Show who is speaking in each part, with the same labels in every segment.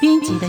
Speaker 1: 编辑的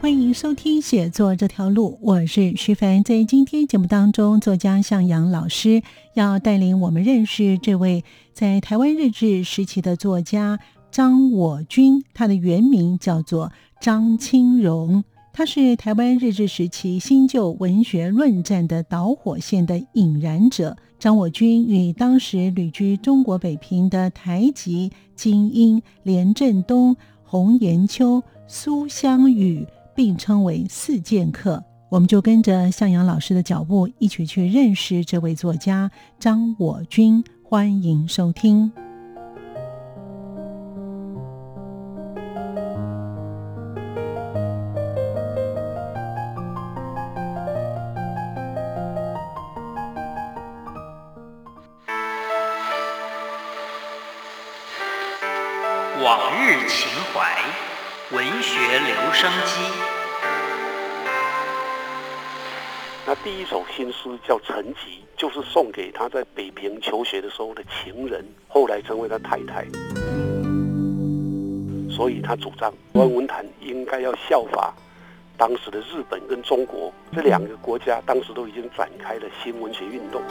Speaker 2: 欢迎收听《写作这条路》，我是徐凡。在今天节目当中，作家向阳老师要带领我们认识这位在台湾日治时期的作家张我军，他的原名叫做张清荣。他是台湾日治时期新旧文学论战的导火线的引燃者。张我军与当时旅居中国北平的台籍精英连振东、洪延秋、苏湘雨。并称为四剑客，我们就跟着向阳老师的脚步，一起去认识这位作家张我军。欢迎收听。
Speaker 3: 往日情怀。文学留声机。
Speaker 4: 那第一首新诗叫《陈吉》，就是送给他在北平求学的时候的情人，后来成为他太太。所以他主张文文坛应该要效法当时的日本跟中国这两个国家，当时都已经展开了新文学运动。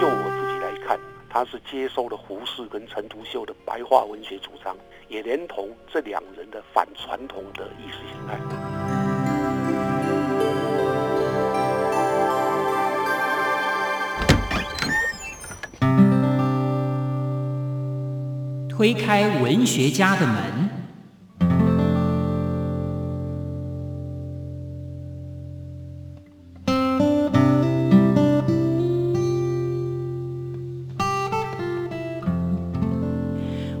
Speaker 4: 就我自己来看。他是接收了胡适跟陈独秀的白话文学主张，也连同这两人的反传统的意识形态。
Speaker 3: 推开文学家的门，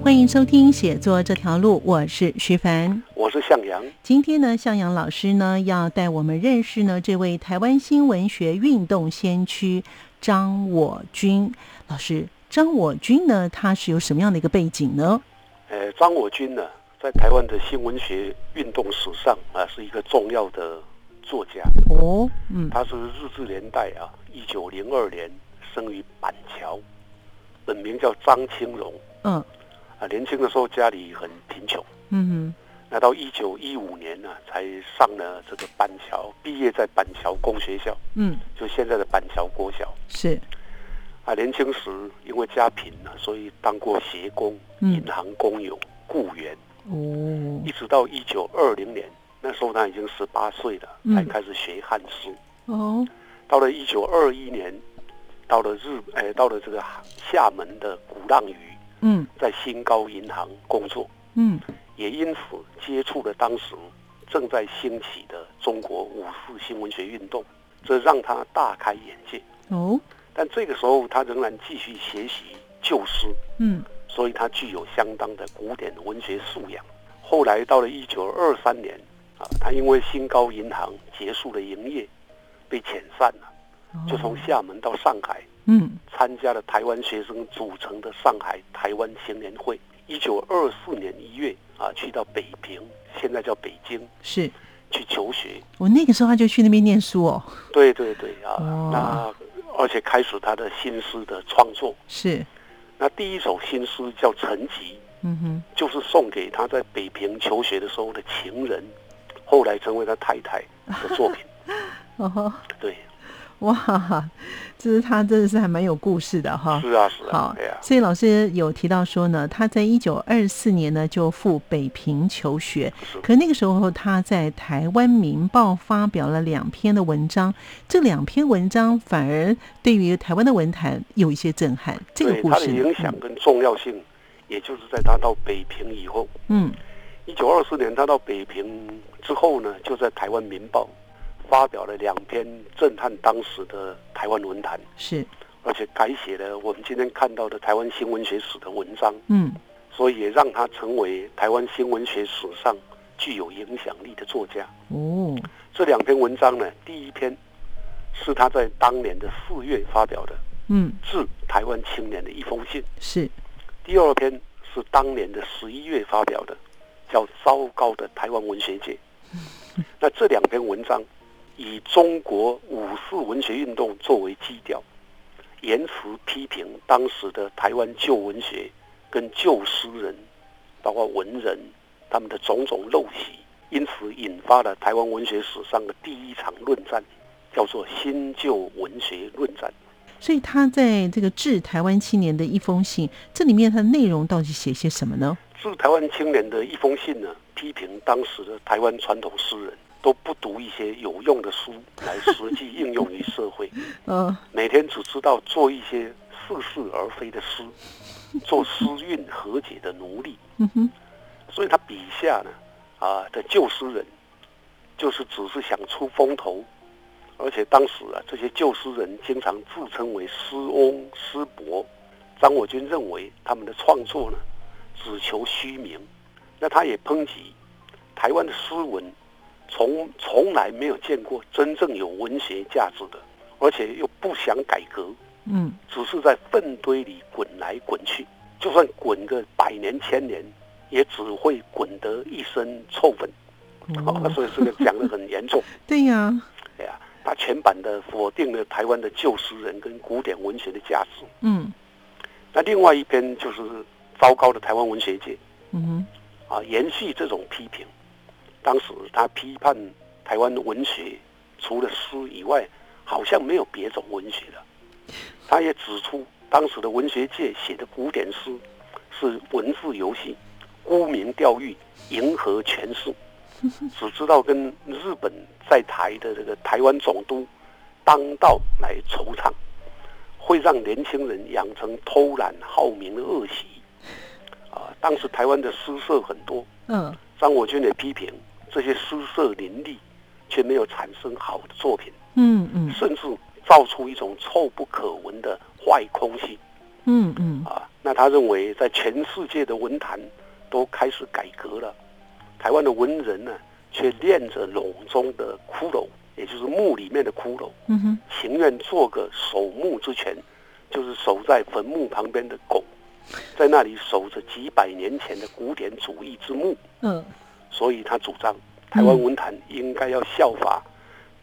Speaker 2: 欢迎收听《写作这条路》，我是徐凡。
Speaker 4: 我是向阳，
Speaker 2: 今天呢，向阳老师呢要带我们认识呢这位台湾新文学运动先驱张我军老师。张我军呢，他是有什么样的一个背景呢？
Speaker 4: 呃，张我军呢，在台湾的新文学运动史上啊，是一个重要的作家。
Speaker 2: 哦，嗯，
Speaker 4: 他是日治年代啊，一九零二年生于板桥，本名叫张清荣
Speaker 2: 嗯
Speaker 4: 啊。年轻的时候家里很贫穷，
Speaker 2: 嗯
Speaker 4: 那到一九一五年呢、才上了这个板桥，毕业在板桥工学校，
Speaker 2: 哼嗯，
Speaker 4: 就现在的板桥国小。
Speaker 2: 是
Speaker 4: 啊，年轻时因为家贫呢、所以当过协工、
Speaker 2: 嗯
Speaker 4: 银行工友、雇员，
Speaker 2: 哦
Speaker 4: 一直到一九二零年，那时候他已经十八岁了，
Speaker 2: 嗯
Speaker 4: 才开始学汉诗。
Speaker 2: 哦
Speaker 4: 到了一九二一年，到了日，哎，到了这个厦门的鼓浪屿，
Speaker 2: 嗯
Speaker 4: 在新高银行工作，
Speaker 2: 嗯
Speaker 4: 也因此接触了当时正在兴起的中国五四新文学运动，这让他大开眼界。
Speaker 2: 哦
Speaker 4: 但这个时候，他仍然继续学习旧诗，
Speaker 2: 嗯
Speaker 4: 所以他具有相当的古典文学素养。后来到了一九二三年，啊，他因为新高银行结束了营业，被遣散了，就从厦门到上海，
Speaker 2: 嗯
Speaker 4: 参加了台湾学生组成的上海台湾青年会。一九二四年一月，啊，去到北平，现在叫北京，
Speaker 2: 是
Speaker 4: 去求学。
Speaker 2: 我那个时候他就去那边念书哦，
Speaker 4: 对对对啊，
Speaker 2: 哦
Speaker 4: 那而且开始他的新诗的创作。
Speaker 2: 是
Speaker 4: 那第一首新诗叫《陈吉》，
Speaker 2: 嗯哼
Speaker 4: 就是送给他在北平求学的时候的情人，后来成为他太太的作 品。
Speaker 2: 哦吼。
Speaker 4: 对，
Speaker 2: 哇，这是他真的是还蛮有故事的哈。
Speaker 4: 是啊，是啊
Speaker 2: 好，
Speaker 4: 哎呀、，
Speaker 2: 所以老师有提到说呢，他在一九二四年呢就赴北平求学，
Speaker 4: 是
Speaker 2: 可那个时候他在《台湾民报》发表了两篇的文章，这两篇文章反而对于台湾的文坛有一些震撼。这个
Speaker 4: 对
Speaker 2: 故
Speaker 4: 他的
Speaker 2: 事嗯呢
Speaker 4: 影响跟重要性，也就是在他到北平以后，
Speaker 2: 嗯
Speaker 4: 一九二四年他到北平之后呢，就在《台湾民报》发表了两篇震撼当时的台湾文坛，
Speaker 2: 是
Speaker 4: 而且改写了我们今天看到的台湾新文学史的文章，
Speaker 2: 嗯
Speaker 4: 所以也让他成为台湾新文学史上具有影响力的作家。
Speaker 2: 哦
Speaker 4: 这两篇文章呢，第一篇是他在当年的四月发表的
Speaker 2: 嗯
Speaker 4: 致台湾青年的一封信，
Speaker 2: 是
Speaker 4: 第二篇是当年的十一月发表的，叫《糟糕的台湾文学界》。那这两篇文章以中国五四文学运动作为基调，言辞批评当时的台湾旧文学跟旧诗人，包括文人他们的种种陋习，因此引发了台湾文学史上的第一场论战，叫做新旧文学论战。
Speaker 2: 所以他在这个致台湾青年的一封信，这里面它的内容到底写些什么呢？
Speaker 4: 致台湾青年的一封信呢，批评当时的台湾传统诗人都不读一些有用的书来实际应用于社会，
Speaker 2: 呃，
Speaker 4: 每天只知道做一些似是而非的 诗，做诗韵和解的奴隶。
Speaker 2: 嗯哼，
Speaker 4: 所以他笔下呢，啊的旧诗人，就是只是想出风头，而且当时啊，这些旧诗人经常自称为诗翁、诗伯。张我军认为他们的创作呢，只求虚名。那他也抨击台湾的诗文，从从来没有见过真正有文学价值的，而且又不想改革，
Speaker 2: 嗯
Speaker 4: 只是在粪堆里滚来滚去，就算滚个百年千年，也只会滚得一身臭粉。
Speaker 2: 哦
Speaker 4: 所以这个讲得很严重。
Speaker 2: 对呀、
Speaker 4: 哎呀，他全版的否定了台湾的旧诗人跟古典文学的价值。
Speaker 2: 嗯
Speaker 4: 那另外一篇就是糟糕的台湾文学界
Speaker 2: 嗯哼
Speaker 4: 啊，延续这种批评。当时他批判台湾文学除了诗以外，好像没有别种文学了。他也指出，当时的文学界写的古典诗是文字游戏、沽名钓誉、迎合权势，只知道跟日本在台的这个台湾总督当道来惆怅，会让年轻人养成偷懒好名的恶习。啊，当时台湾的诗社很多，
Speaker 2: 嗯
Speaker 4: 张我军也批评这些诗社林立，却没有产生好的作品，
Speaker 2: 嗯嗯
Speaker 4: 甚至造出一种臭不可闻的坏空气
Speaker 2: 嗯嗯
Speaker 4: 啊。那他认为，在全世界的文坛都开始改革了，台湾的文人呢，却恋着笼中的骷髅，也就是墓里面的骷髅，
Speaker 2: 嗯哼
Speaker 4: 情愿做个守墓之犬，就是守在坟墓旁边的狗，在那里守着几百年前的古典主义之墓。
Speaker 2: 嗯
Speaker 4: 所以他主张台湾文坛应该要效法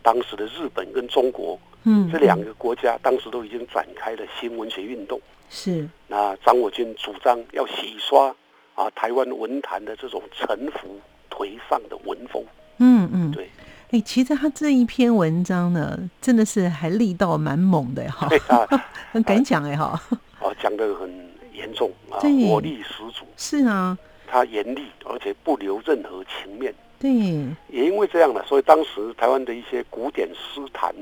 Speaker 4: 当时的日本跟中国
Speaker 2: 嗯，
Speaker 4: 这两个国家，当时都已经展开了新文学运动。
Speaker 2: 是
Speaker 4: 那张我军主张要洗刷啊台湾文坛的这种沉浮颓丧的文风。
Speaker 2: 嗯嗯
Speaker 4: 对，
Speaker 2: 哎，其实他这一篇文章呢，真的是还力道蛮猛的哈，
Speaker 4: 对啊，
Speaker 2: 很敢讲哎哈，
Speaker 4: 啊讲得很严重啊
Speaker 2: 对，
Speaker 4: 活力十足。
Speaker 2: 是啊，
Speaker 4: 他严厉，而且不留任何情面。
Speaker 2: 对，
Speaker 4: 也因为这样呢，所以当时台湾的一些古典诗坛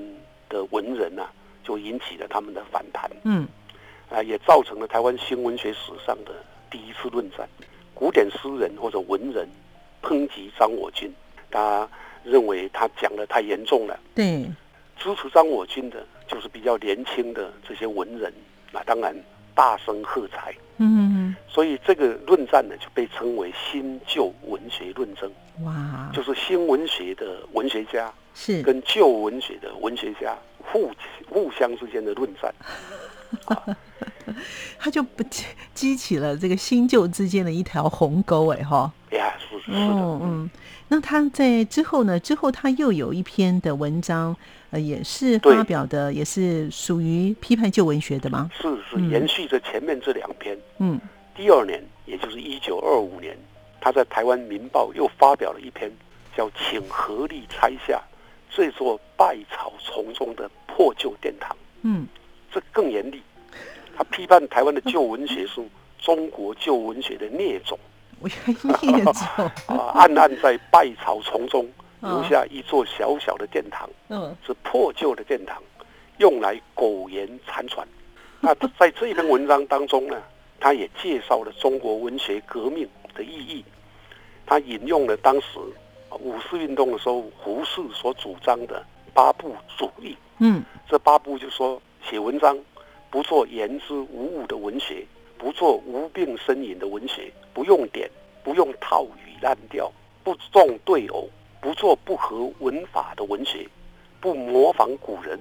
Speaker 4: 的文人呐、就引起了他们的反弹。
Speaker 2: 嗯
Speaker 4: 啊，也造成了台湾新文学史上的第一次论战。古典诗人或者文人抨击张我军，他认为他讲的太严重了。
Speaker 2: 对，
Speaker 4: 支持张我军的就是比较年轻的这些文人，那当然大声喝彩。
Speaker 2: 嗯嗯
Speaker 4: 所以这个论战呢，就被称为新旧文学论争，
Speaker 2: 嗯，哇，
Speaker 4: 就是新文学的文学家
Speaker 2: 是
Speaker 4: 跟旧文学的文学家互互相之间的论战。
Speaker 2: 他就不激激起了这个新旧之间的一条鸿沟哎哈。
Speaker 4: 哎呀，是是的，
Speaker 2: 哦嗯，那他在之后呢？之后他又有一篇的文章，呃，也是
Speaker 4: 对
Speaker 2: 发表的，也是属于批判旧文学的吗？
Speaker 4: 是是
Speaker 2: 嗯
Speaker 4: 延续着前面这两篇。
Speaker 2: 嗯
Speaker 4: 第二年，也就是一九二五年，他在台湾《民报》又发表了一篇叫《请合力拆下这座败草丛中的破旧殿堂》，
Speaker 2: 嗯
Speaker 4: 这更严厉。他批判台湾的旧文学是中国旧文学的孽种
Speaker 2: 我要念咒，
Speaker 4: 啊，暗暗在败草丛中
Speaker 2: 嗯
Speaker 4: 留下一座小小的殿堂，
Speaker 2: 嗯
Speaker 4: 是破旧的殿堂，用来苟延残喘。那在这一篇文章当中呢，他也介绍了中国文学革命的意义。他引用了当时呃五四运动的时候胡适所主张的八步主义。
Speaker 2: 嗯
Speaker 4: 这八步就说写文章不做言之无物的文学，不做无病呻吟的文学，不用典，不用套语烂调，不重对偶，不做不合文法的文学，不模仿古人，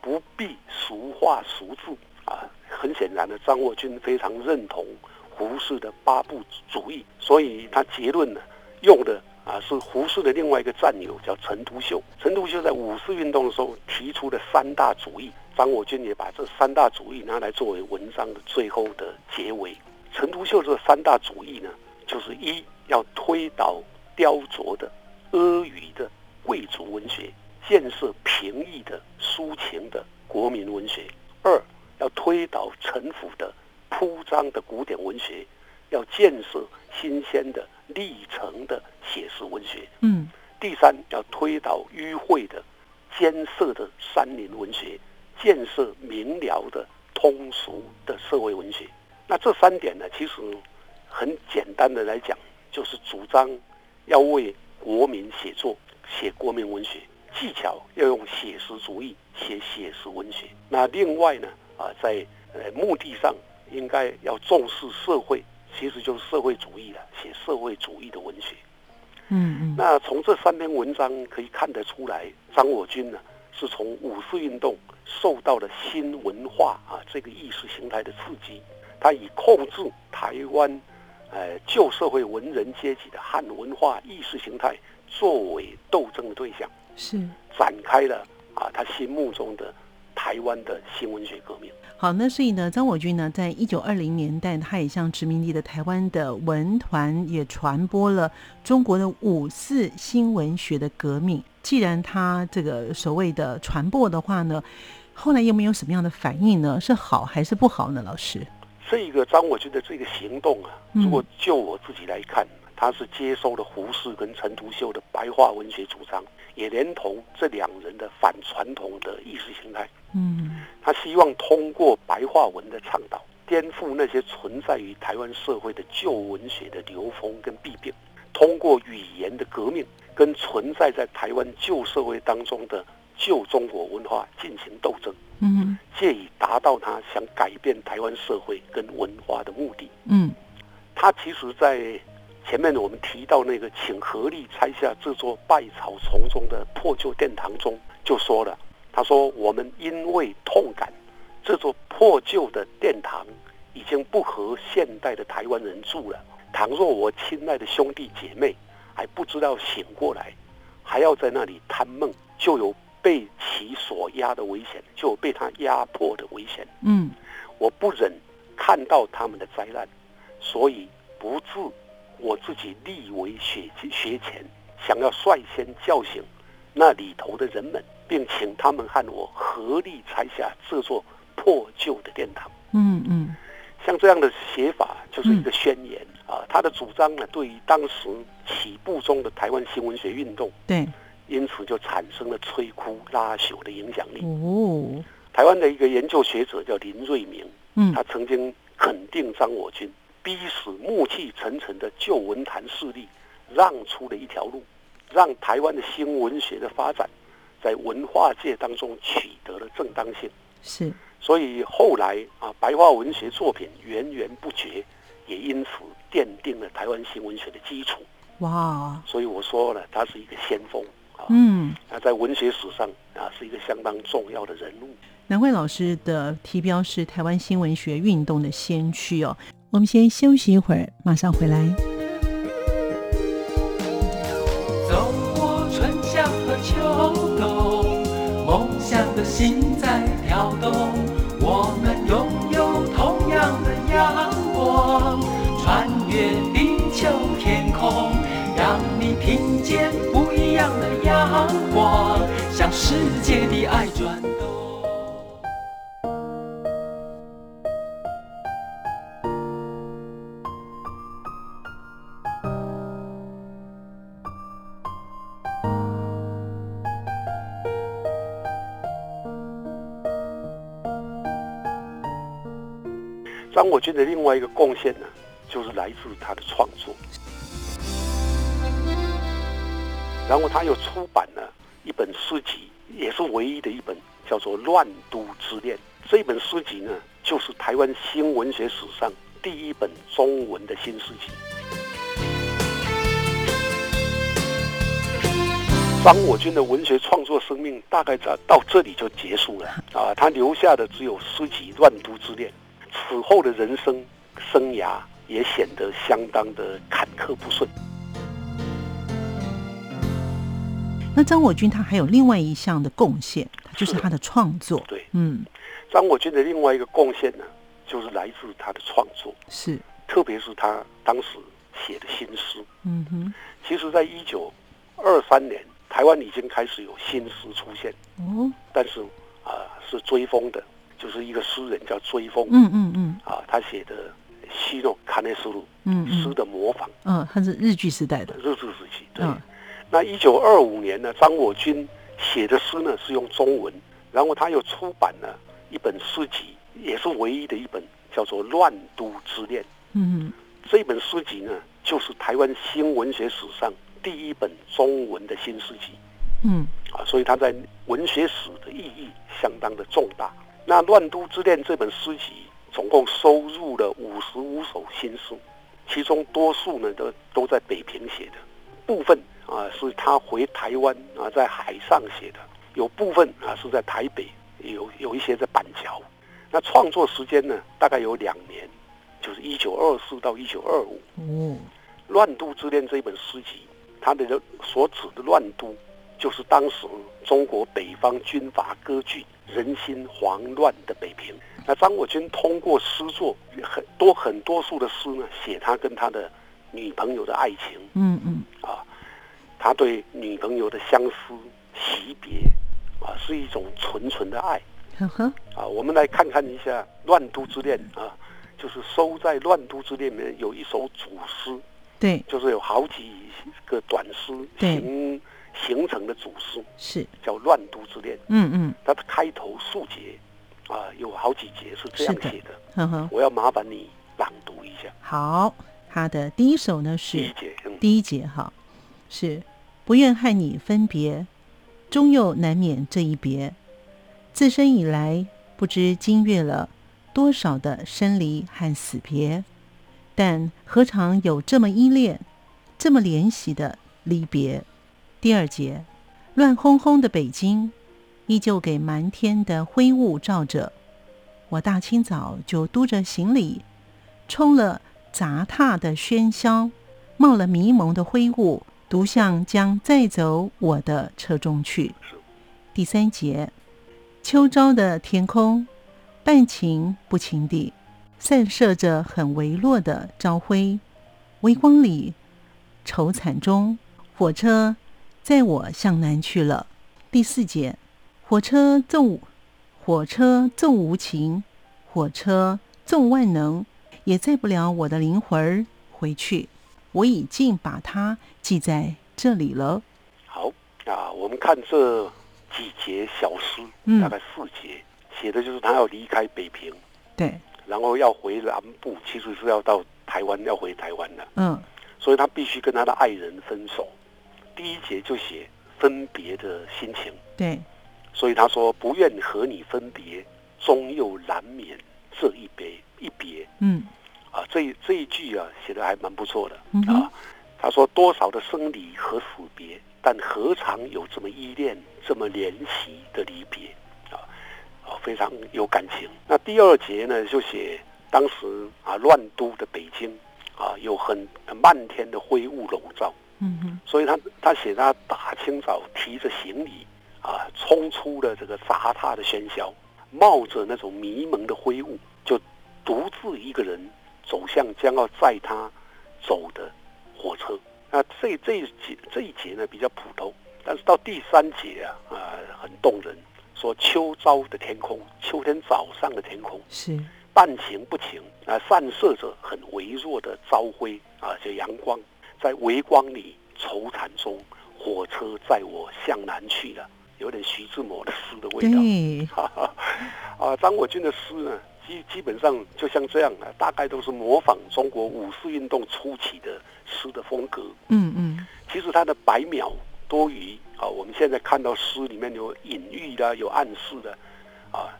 Speaker 4: 不必俗话俗字啊。很显然的，张沃军非常认同胡适的八不主义，所以他结论呢用的啊是胡适的另外一个战友叫陈独秀。陈独秀在五四运动的时候提出的三大主义，张我军也把这三大主义拿来作为文章的最后的结尾。陈独秀这三大主义呢，就是一要推倒雕琢的、阿谀的贵族文学，建设平易的、抒情的国民文学；二要推倒陈腐的、铺张的古典文学，要建设新鲜的、历程的写实文学。
Speaker 2: 嗯，
Speaker 4: 第三，要推倒迂晦的、艰涩的山林文学，建设明了的、通俗的社会文学。那这三点呢，其实很简单的来讲，就是主张要为国民写作，写国民文学。技巧要用写实主义写写实文学。那另外呢，啊，在呃目的上应该要重视社会，其实就是社会主义了，写社会主义的文学。
Speaker 2: 嗯嗯，
Speaker 4: 那从这三篇文章可以看得出来，张我军呢是从五四运动受到了新文化啊这个意识形态的刺激，他以控制台湾呃旧社会文人阶级的汉文化意识形态作为斗争的对象，
Speaker 2: 是。
Speaker 4: 展开了啊他心目中的台湾的新文学革命。
Speaker 2: 好，那所以呢，张我军呢，在一九二零年代，他也向殖民地的台湾的文团也传播了中国的五四新文学的革命。既然他这个所谓的传播的话呢，后来有没有什么样的反应呢？是好还是不好呢？老师，
Speaker 4: 这个张我军的这个行动啊，
Speaker 2: 嗯
Speaker 4: 如果就我自己来看，他是接收了胡适跟陈独秀的白话文学主张，也连同这两人的反传统的意识形态。
Speaker 2: 嗯
Speaker 4: 他希望通过白话文的倡导，颠覆那些存在于台湾社会的旧文学的流风跟弊病，通过语言的革命跟存在在台湾旧社会当中的旧中国文化进行斗争，
Speaker 2: 嗯
Speaker 4: 借以达到他想改变台湾社会跟文化的目的。
Speaker 2: 嗯
Speaker 4: 他其实，在前面我们提到那个请合力拆下这座败草丛中的破旧殿堂中，就说了，他说我们因为痛感这座破旧的殿堂已经不合现代的台湾人住了。倘若我亲爱的兄弟姐妹还不知道醒过来，还要在那里贪梦，就有被其所压的危险，就有被他压迫的危险。
Speaker 2: 嗯
Speaker 4: 我不忍看到他们的灾难，所以不自我自己立为学学前，想要率先叫醒那里头的人们，并请他们和我合力拆下这座破旧的殿堂。
Speaker 2: 嗯嗯
Speaker 4: 像这样的写法就是一个宣言、啊！他的主张呢，对于当时起步中的台湾新文学运动，
Speaker 2: 对，
Speaker 4: 因此就产生了摧枯拉朽的影响力。
Speaker 2: 哦，
Speaker 4: 台湾的一个研究学者叫林瑞明，
Speaker 2: 嗯
Speaker 4: 他曾经肯定张我军，逼使暮气沉沉的旧文坛势力让出了一条路，让台湾的新文学的发展在文化界当中取得了正当性。
Speaker 2: 是，
Speaker 4: 所以后来啊，白话文学作品源源不绝，也因此奠定了台湾新文学的基础。
Speaker 2: 哇，
Speaker 4: 所以我说了，他是一个先锋啊，
Speaker 2: 嗯。
Speaker 4: 他在文学史上啊是一个相当重要的人物。
Speaker 2: 南慧老师的题标是台湾新文学运动的先驱哦。我们先休息一会儿，马上回来。
Speaker 5: 走过春夏和秋冬，梦想的心在跳动。我们拥有同样的阳光，穿越地球天空，让你听见不一样的阳光，向世界的爱转动。
Speaker 4: 张我军的另外一个贡献呢，就是来自他的创作。然后他又出版了一本诗集，也是唯一的一本，叫做《乱都之恋》。这本诗集呢，就是台湾新文学史上第一本中文的新诗集。张我军的文学创作生命大概在到这里就结束了啊，他留下的只有诗集《乱都之恋》，此后的人生生涯也显得相当的坎坷不顺。
Speaker 2: 那张我军他还有另外一项的贡献，就是他的创作。
Speaker 4: 对，
Speaker 2: 嗯，
Speaker 4: 张我军的另外一个贡献呢，就是来自他的创作，
Speaker 2: 是，
Speaker 4: 特别是他当时写的新诗。
Speaker 2: 嗯哼，
Speaker 4: 其实，在一九二三年，台湾已经开始有新诗出现，
Speaker 2: 哦，
Speaker 4: 但是啊、是追风的，就是一个诗人叫追风
Speaker 2: 嗯嗯嗯
Speaker 4: 啊、他写的《西诺卡内斯路》
Speaker 2: 嗯
Speaker 4: 诗
Speaker 2: 嗯，
Speaker 4: 的模仿，
Speaker 2: 嗯，他是日据时代的，
Speaker 4: 日治时期。对，
Speaker 2: 嗯
Speaker 4: 那一九二五年呢，张我军写的诗呢是用中文，然后他又出版了一本诗集，也是唯一的一本，叫做《乱都之恋》。
Speaker 2: 嗯
Speaker 4: 这本诗集呢，就是台湾新文学史上第一本中文的新诗集。
Speaker 2: 嗯
Speaker 4: 啊，所以它在文学史的意义相当的重大。那《乱都之恋》这本诗集总共收录了五十五首新诗，其中多数呢都都在北平写的，部分啊是他回台湾啊在海上写的，有部分啊是在台北，有有一些在板桥。那创作时间呢大概有两年，就是一九二四到一九二五。
Speaker 2: 哦，
Speaker 4: 《乱都之恋》这一本诗集，它的所指的乱都，就是当时中国北方军阀割据、人心惶乱的北平。那张我军通过诗作，很多很多数的诗呢，写他跟他的女朋友的爱情，
Speaker 2: 嗯嗯
Speaker 4: 他对女朋友的相思、惜别，啊，是一种纯纯的爱。
Speaker 2: 呵呵，
Speaker 4: 啊，我们来看看一下《乱都之恋》啊，就是收在《乱都之恋》里面有一首组诗，
Speaker 2: 对，
Speaker 4: 就是有好几个短诗
Speaker 2: 对
Speaker 4: 形形成的组诗，
Speaker 2: 是，
Speaker 4: 叫《乱都之恋》。
Speaker 2: 嗯嗯，
Speaker 4: 它的开头数节啊、有好几节是这样
Speaker 2: 是的
Speaker 4: 写的。
Speaker 2: 呵呵，
Speaker 4: 我要麻烦你朗读一下。
Speaker 2: 好，他的第一首呢
Speaker 4: 第一
Speaker 2: 是
Speaker 4: 节，嗯，
Speaker 2: 第一节哈，是不愿和你分别，终又难免这一别。自身以来，不知经阅了多少的生离和死别，但何尝有这么依恋、这么怜惜的离别？第二节，乱哄哄的北京，依旧给满天的灰雾罩着。我大清早就嘟着行李，冲了杂沓的喧嚣，冒了迷蒙的灰雾，独向将载走我的车中去。第三节，秋朝的天空，半晴不晴地，散射着很微弱的朝晖，微光里，愁惨中，火车载我向南去了。第四节，火车纵，火车纵无情，火车纵万能，也载不了我的灵魂儿回去。我已经把它记在这里了。
Speaker 4: 好啊，我们看这几节小诗，
Speaker 2: 嗯
Speaker 4: 大概四节，写的就是他要离开北平，
Speaker 2: 对，
Speaker 4: 然后要回南部，其实是要到台湾，要回台湾的。
Speaker 2: 嗯，
Speaker 4: 所以他必须跟他的爱人分手。第一节就写分别的心情，
Speaker 2: 对，
Speaker 4: 所以他说不愿和你分别，终又难免这一别一别
Speaker 2: 嗯
Speaker 4: 啊。这一这一句啊写的还蛮不错的
Speaker 2: 嗯哼
Speaker 4: 啊。他说多少的生离和死别，但何尝有这么依恋、这么怜惜的离别啊啊，非常有感情。那第二节呢就写当时啊乱都的北京啊有很很漫天的灰雾笼罩。
Speaker 2: 嗯哼，
Speaker 4: 所以他他写他大清早提着行李啊，冲出了这个杂沓的喧嚣，冒着那种迷蒙的灰雾，就独自一个人走向将要载他走的火车。那这这一节这一节呢比较普通，但是到第三节啊啊、很动人，说秋朝的天空，秋天早上的天空，
Speaker 2: 是，
Speaker 4: 半晴不晴啊，散射着很微弱的朝晖啊，就阳光在微光里愁惨中，火车载我向南去了，有点徐志摩的诗的味道。
Speaker 2: 对，
Speaker 4: 哈哈，啊，张我军的诗呢，基基本上就像这样啊，大概都是模仿中国五四运动初期的诗的风格。
Speaker 2: 嗯嗯，
Speaker 4: 其实它的白描多于啊，我们现在看到诗里面有隐喻的、有暗示的，啊，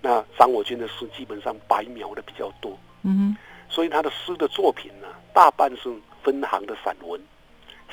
Speaker 4: 那张火军的诗基本上白描的比较多，
Speaker 2: 嗯
Speaker 4: 所以他的诗的作品呢、大半是分行的散文，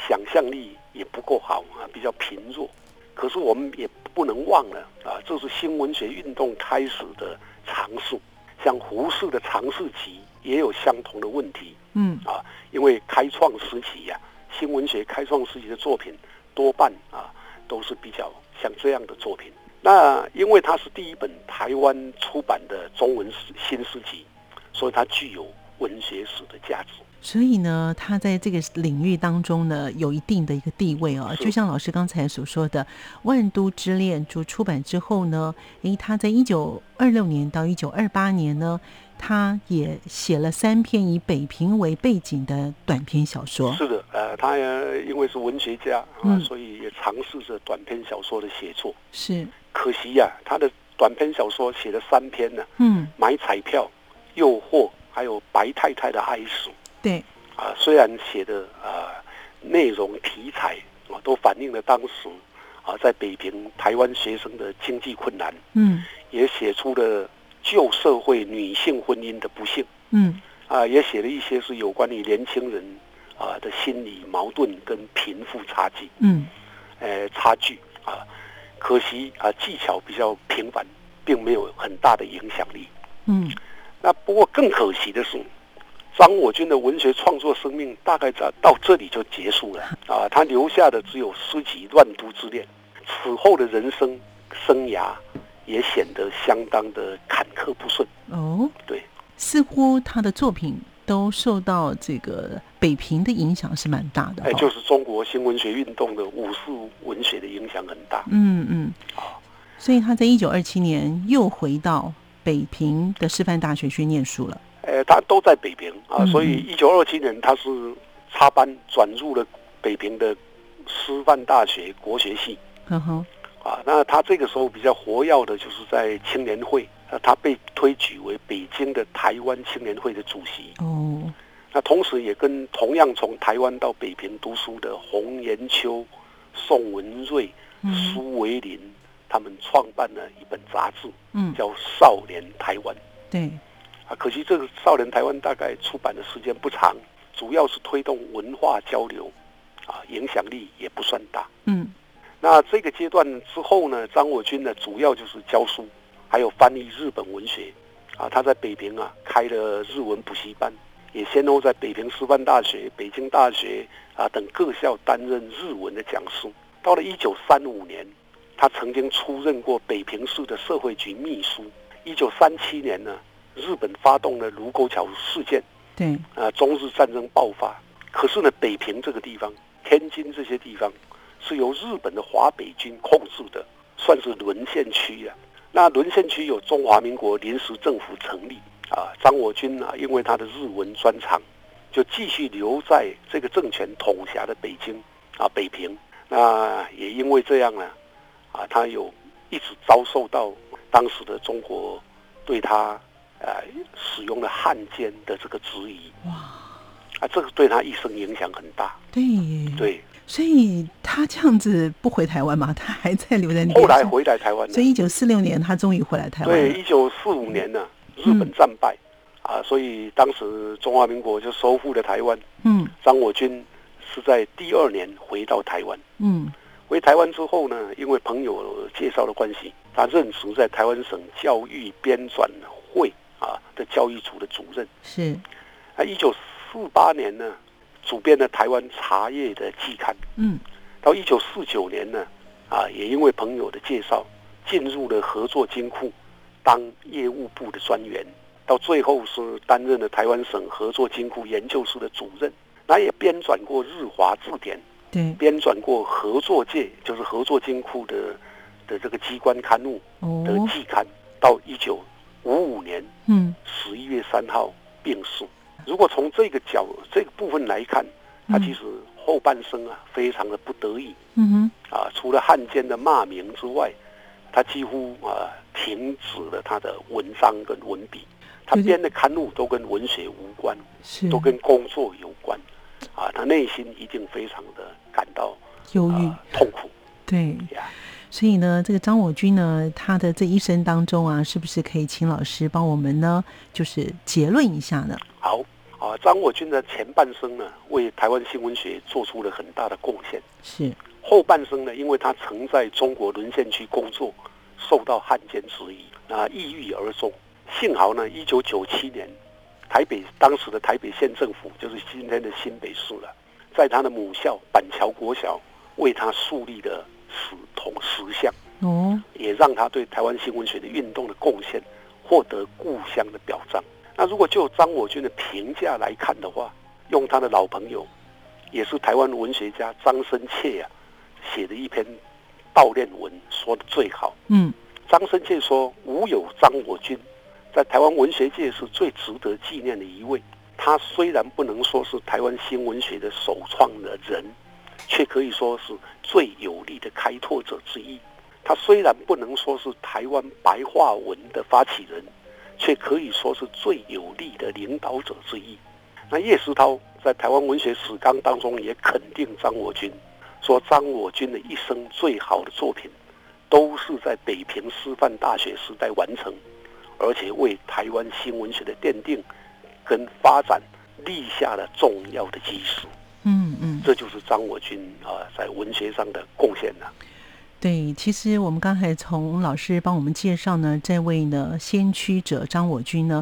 Speaker 4: 想象力也不够好啊，比较贫弱。可是我们也不能忘了啊，这是新文学运动开始的尝试，像胡适的《尝试集》也有相同的问题
Speaker 2: 嗯
Speaker 4: 啊，因为开创时期呀、新文学开创时期的作品多半啊都是比较像这样的作品。那因为它是第一本台湾出版的中文诗新诗集，所以它具有文学史的价值。
Speaker 2: 所以呢，他在这个领域当中呢，有一定的一个地位哦。
Speaker 4: 是
Speaker 2: 就像老师刚才所说的，《万都之恋》就出版之后呢，诶，他在一九二六年到一九二八年呢，他也写了三篇以北平为背景的短篇小说。
Speaker 4: 是的，呃，他也因为是文学家啊，
Speaker 2: 哦嗯
Speaker 4: 所以也尝试着短篇小说的写作。
Speaker 2: 是，
Speaker 4: 可惜呀、他的短篇小说写了三篇呢、
Speaker 2: 嗯，
Speaker 4: 买彩票、诱惑，还有白太太的哀愁
Speaker 2: 对，
Speaker 4: 啊。虽然写的啊、内容题材啊都反映了当时啊在北平台湾学生的经济困难，
Speaker 2: 嗯
Speaker 4: 也写出了旧社会女性婚姻的不幸
Speaker 2: 嗯
Speaker 4: 啊，也写了一些是有关于年轻人啊的心理矛盾跟贫富差距。
Speaker 2: 嗯，
Speaker 4: 呃差距啊，可惜啊技巧比较平凡，并没有很大的影响力。
Speaker 2: 嗯
Speaker 4: 那不过更可惜的是，张我军的文学创作生命大概在到这里就结 束了啊，他留下的只有诗集《乱都之恋》，此后的人生生涯也显得相当的坎坷不顺。
Speaker 2: 哦，
Speaker 4: 对，
Speaker 2: 似乎他的作品都受到这个北平的影响是蛮大的、哦。
Speaker 4: 哎，就是中国新文学运动的武士文学的影响很大。
Speaker 2: 嗯嗯，所以他在一九二七年又回到北平的师范大学去念书了。
Speaker 4: 呃，他都在北平啊，
Speaker 2: 嗯
Speaker 4: 所以一九二七年他是插班转入了北平的师范大学国学系
Speaker 2: 呵呵，
Speaker 4: 啊。那他这个时候比较活跃的就是在青年会，那他被推举为北京的台湾青年会的主席。
Speaker 2: 哦，
Speaker 4: 那同时也跟同样从台湾到北平读书的洪延秋、宋文瑞、
Speaker 2: 嗯
Speaker 4: 苏维林他们创办了一本杂志，
Speaker 2: 嗯，
Speaker 4: 叫《少年台湾》。
Speaker 2: 对，
Speaker 4: 啊，可惜这个《少年台湾》大概出版的时间不长，主要是推动文化交流，啊，影响力也不算大。
Speaker 2: 嗯
Speaker 4: 那这个阶段之后呢，张我军呢主要就是教书，还有翻译日本文学，啊，他在北平啊开了日文补习班，也先后在北平师范大学、北京大学啊等各校担任日文的讲师。到了一九三五年，他曾经出任过北平市的社会局秘书。一九三七年呢，日本发动了卢沟桥事件，
Speaker 2: 对，
Speaker 4: 啊，中日战争爆发。可是呢，北平这个地方、天津这些地方是由日本的华北军控制的，算是沦陷区呀、那沦陷区有中华民国临时政府成立啊，张我军啊，因为他的日文专长，就继续留在这个政权统辖的北京啊，北平。那也因为这样呢，啊，他有一直遭受到当时的中国对他呃使用了汉奸的这个质疑。
Speaker 2: 哇，
Speaker 4: 啊，这个对他一生影响很大。
Speaker 2: 对耶，，
Speaker 4: 对，
Speaker 2: 所以他这样子不回台湾嘛，他还在留在那边。
Speaker 4: 后来，回来台湾呢
Speaker 2: 所以一啊九四六年他终于回来台湾
Speaker 4: 对，
Speaker 2: 了。
Speaker 4: 一九四五年呢，
Speaker 2: 嗯
Speaker 4: 日本战败、啊，所以当时中华民国就收复了台湾。
Speaker 2: 嗯
Speaker 4: 张我军是在第二年回到台湾。
Speaker 2: 嗯
Speaker 4: 回台湾之后呢，因为朋友介绍的关系，他任职在台湾省教育编纂会啊的教育组的主任。
Speaker 2: 是，
Speaker 4: 啊，一九四八年呢，主编了台湾茶叶的季刊。
Speaker 2: 嗯
Speaker 4: 到一九四九年呢，啊，也因为朋友的介绍，进入了合作金库，当业务部的专员，到最后是担任了台湾省合作金库研究室的主任。那也编纂过日华字典，
Speaker 2: 对，
Speaker 4: 编纂过合作界，就是合作金库的的这个机关刊物的
Speaker 2: 哦，
Speaker 4: 季刊。到一九五五年
Speaker 2: 嗯
Speaker 4: 十一月三号病逝。如果从这个角这个部分来看，他其实后半生啊，非常的不得已。
Speaker 2: 嗯哼，
Speaker 4: 啊，除了汉奸的骂名之外，他几乎啊停止了他的文章跟文笔。他
Speaker 2: 就是嗯
Speaker 4: 编的刊物都跟文学无关，
Speaker 2: 是，
Speaker 4: 都跟工作有关，啊，他内心一定非常的感到
Speaker 2: 忧郁，
Speaker 4: 啊痛苦
Speaker 2: 对。
Speaker 4: 呀。
Speaker 2: 所以呢，这个张我军呢，他的这一生当中啊，是不是可以请老师帮我们呢，就是结论一下呢？
Speaker 4: 好啊，张我军的前半生呢，为台湾新闻学做出了很大的贡献；
Speaker 2: 是
Speaker 4: 后半生呢，因为他曾在中国沦陷区工作，受到汉奸质疑，那抑郁而终。幸好呢，一九九七年，台北当时的台北县政府，就是今天的新北市了，在他的母校板桥国小为他树立了史同石像，
Speaker 2: 哦，
Speaker 4: 也让他对台湾新闻学的运动的贡献获得故乡的表彰。那如果就张我军的评价来看的话，用他的老朋友，也是台湾文学家张生切啊写的一篇悼念文说的最好。
Speaker 2: 嗯，
Speaker 4: 张生切说：“吾有张我军。”在台湾文学界是最值得纪念的一位。他虽然不能说是台湾新文学的首创的人，却可以说是最有力的开拓者之一。他虽然不能说是台湾白话文的发起人，却可以说是最有力的领导者之一。那叶石涛在台湾文学史纲当中也肯定张我军，说张我军的一生最好的作品，都是在北平师范大学时代完成。而且为台湾新文学的奠定跟发展立下了重要的基石。
Speaker 2: 嗯嗯，
Speaker 4: 这就是张我军啊在文学上的贡献啊了、
Speaker 2: 对，其实我们刚才从老师帮我们介绍呢，这位呢先驱者张我军呢，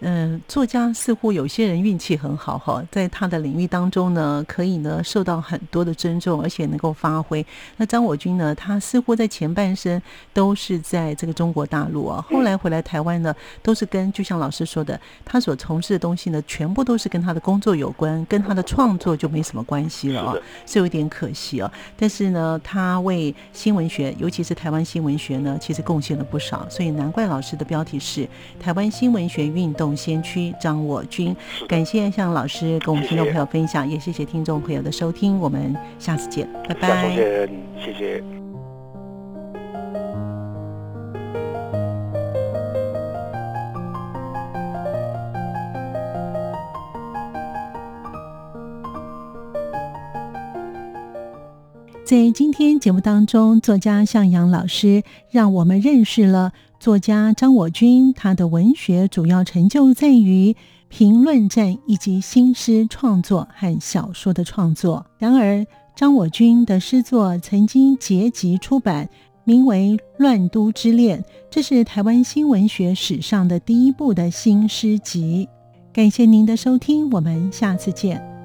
Speaker 2: 嗯、作家似乎有些人运气很好哈，在他的领域当中呢，可以呢受到很多的尊重，而且能够发挥。那张我军呢，他似乎在前半生都是在这个中国大陆啊，后来回来台湾呢，都是跟就像老师说的，他所从事的东西呢，全部都是跟他的工作有关，跟他的创作就没什么关系了啊、
Speaker 4: 是的
Speaker 2: 是有点可惜哦。但是呢，他为新闻学，尤其是台湾新闻学呢，其实贡献了不少，所以难怪老师的标题是“台湾新闻学运动先驱张我军”。感谢向老师跟我们听众朋友分享，也谢谢听众朋友的收听，我们下次见，拜拜。
Speaker 4: 夏宗宪，谢谢。
Speaker 2: 在今天节目当中，作家向阳老师让我们认识了作家张我军，他的文学主要成就在于评论战以及新诗创作和小说的创作。然而，张我军的诗作曾经结集出版，名为《乱都之恋》，这是台湾新文学史上的第一部的新诗集。感谢您的收听，我们下次见。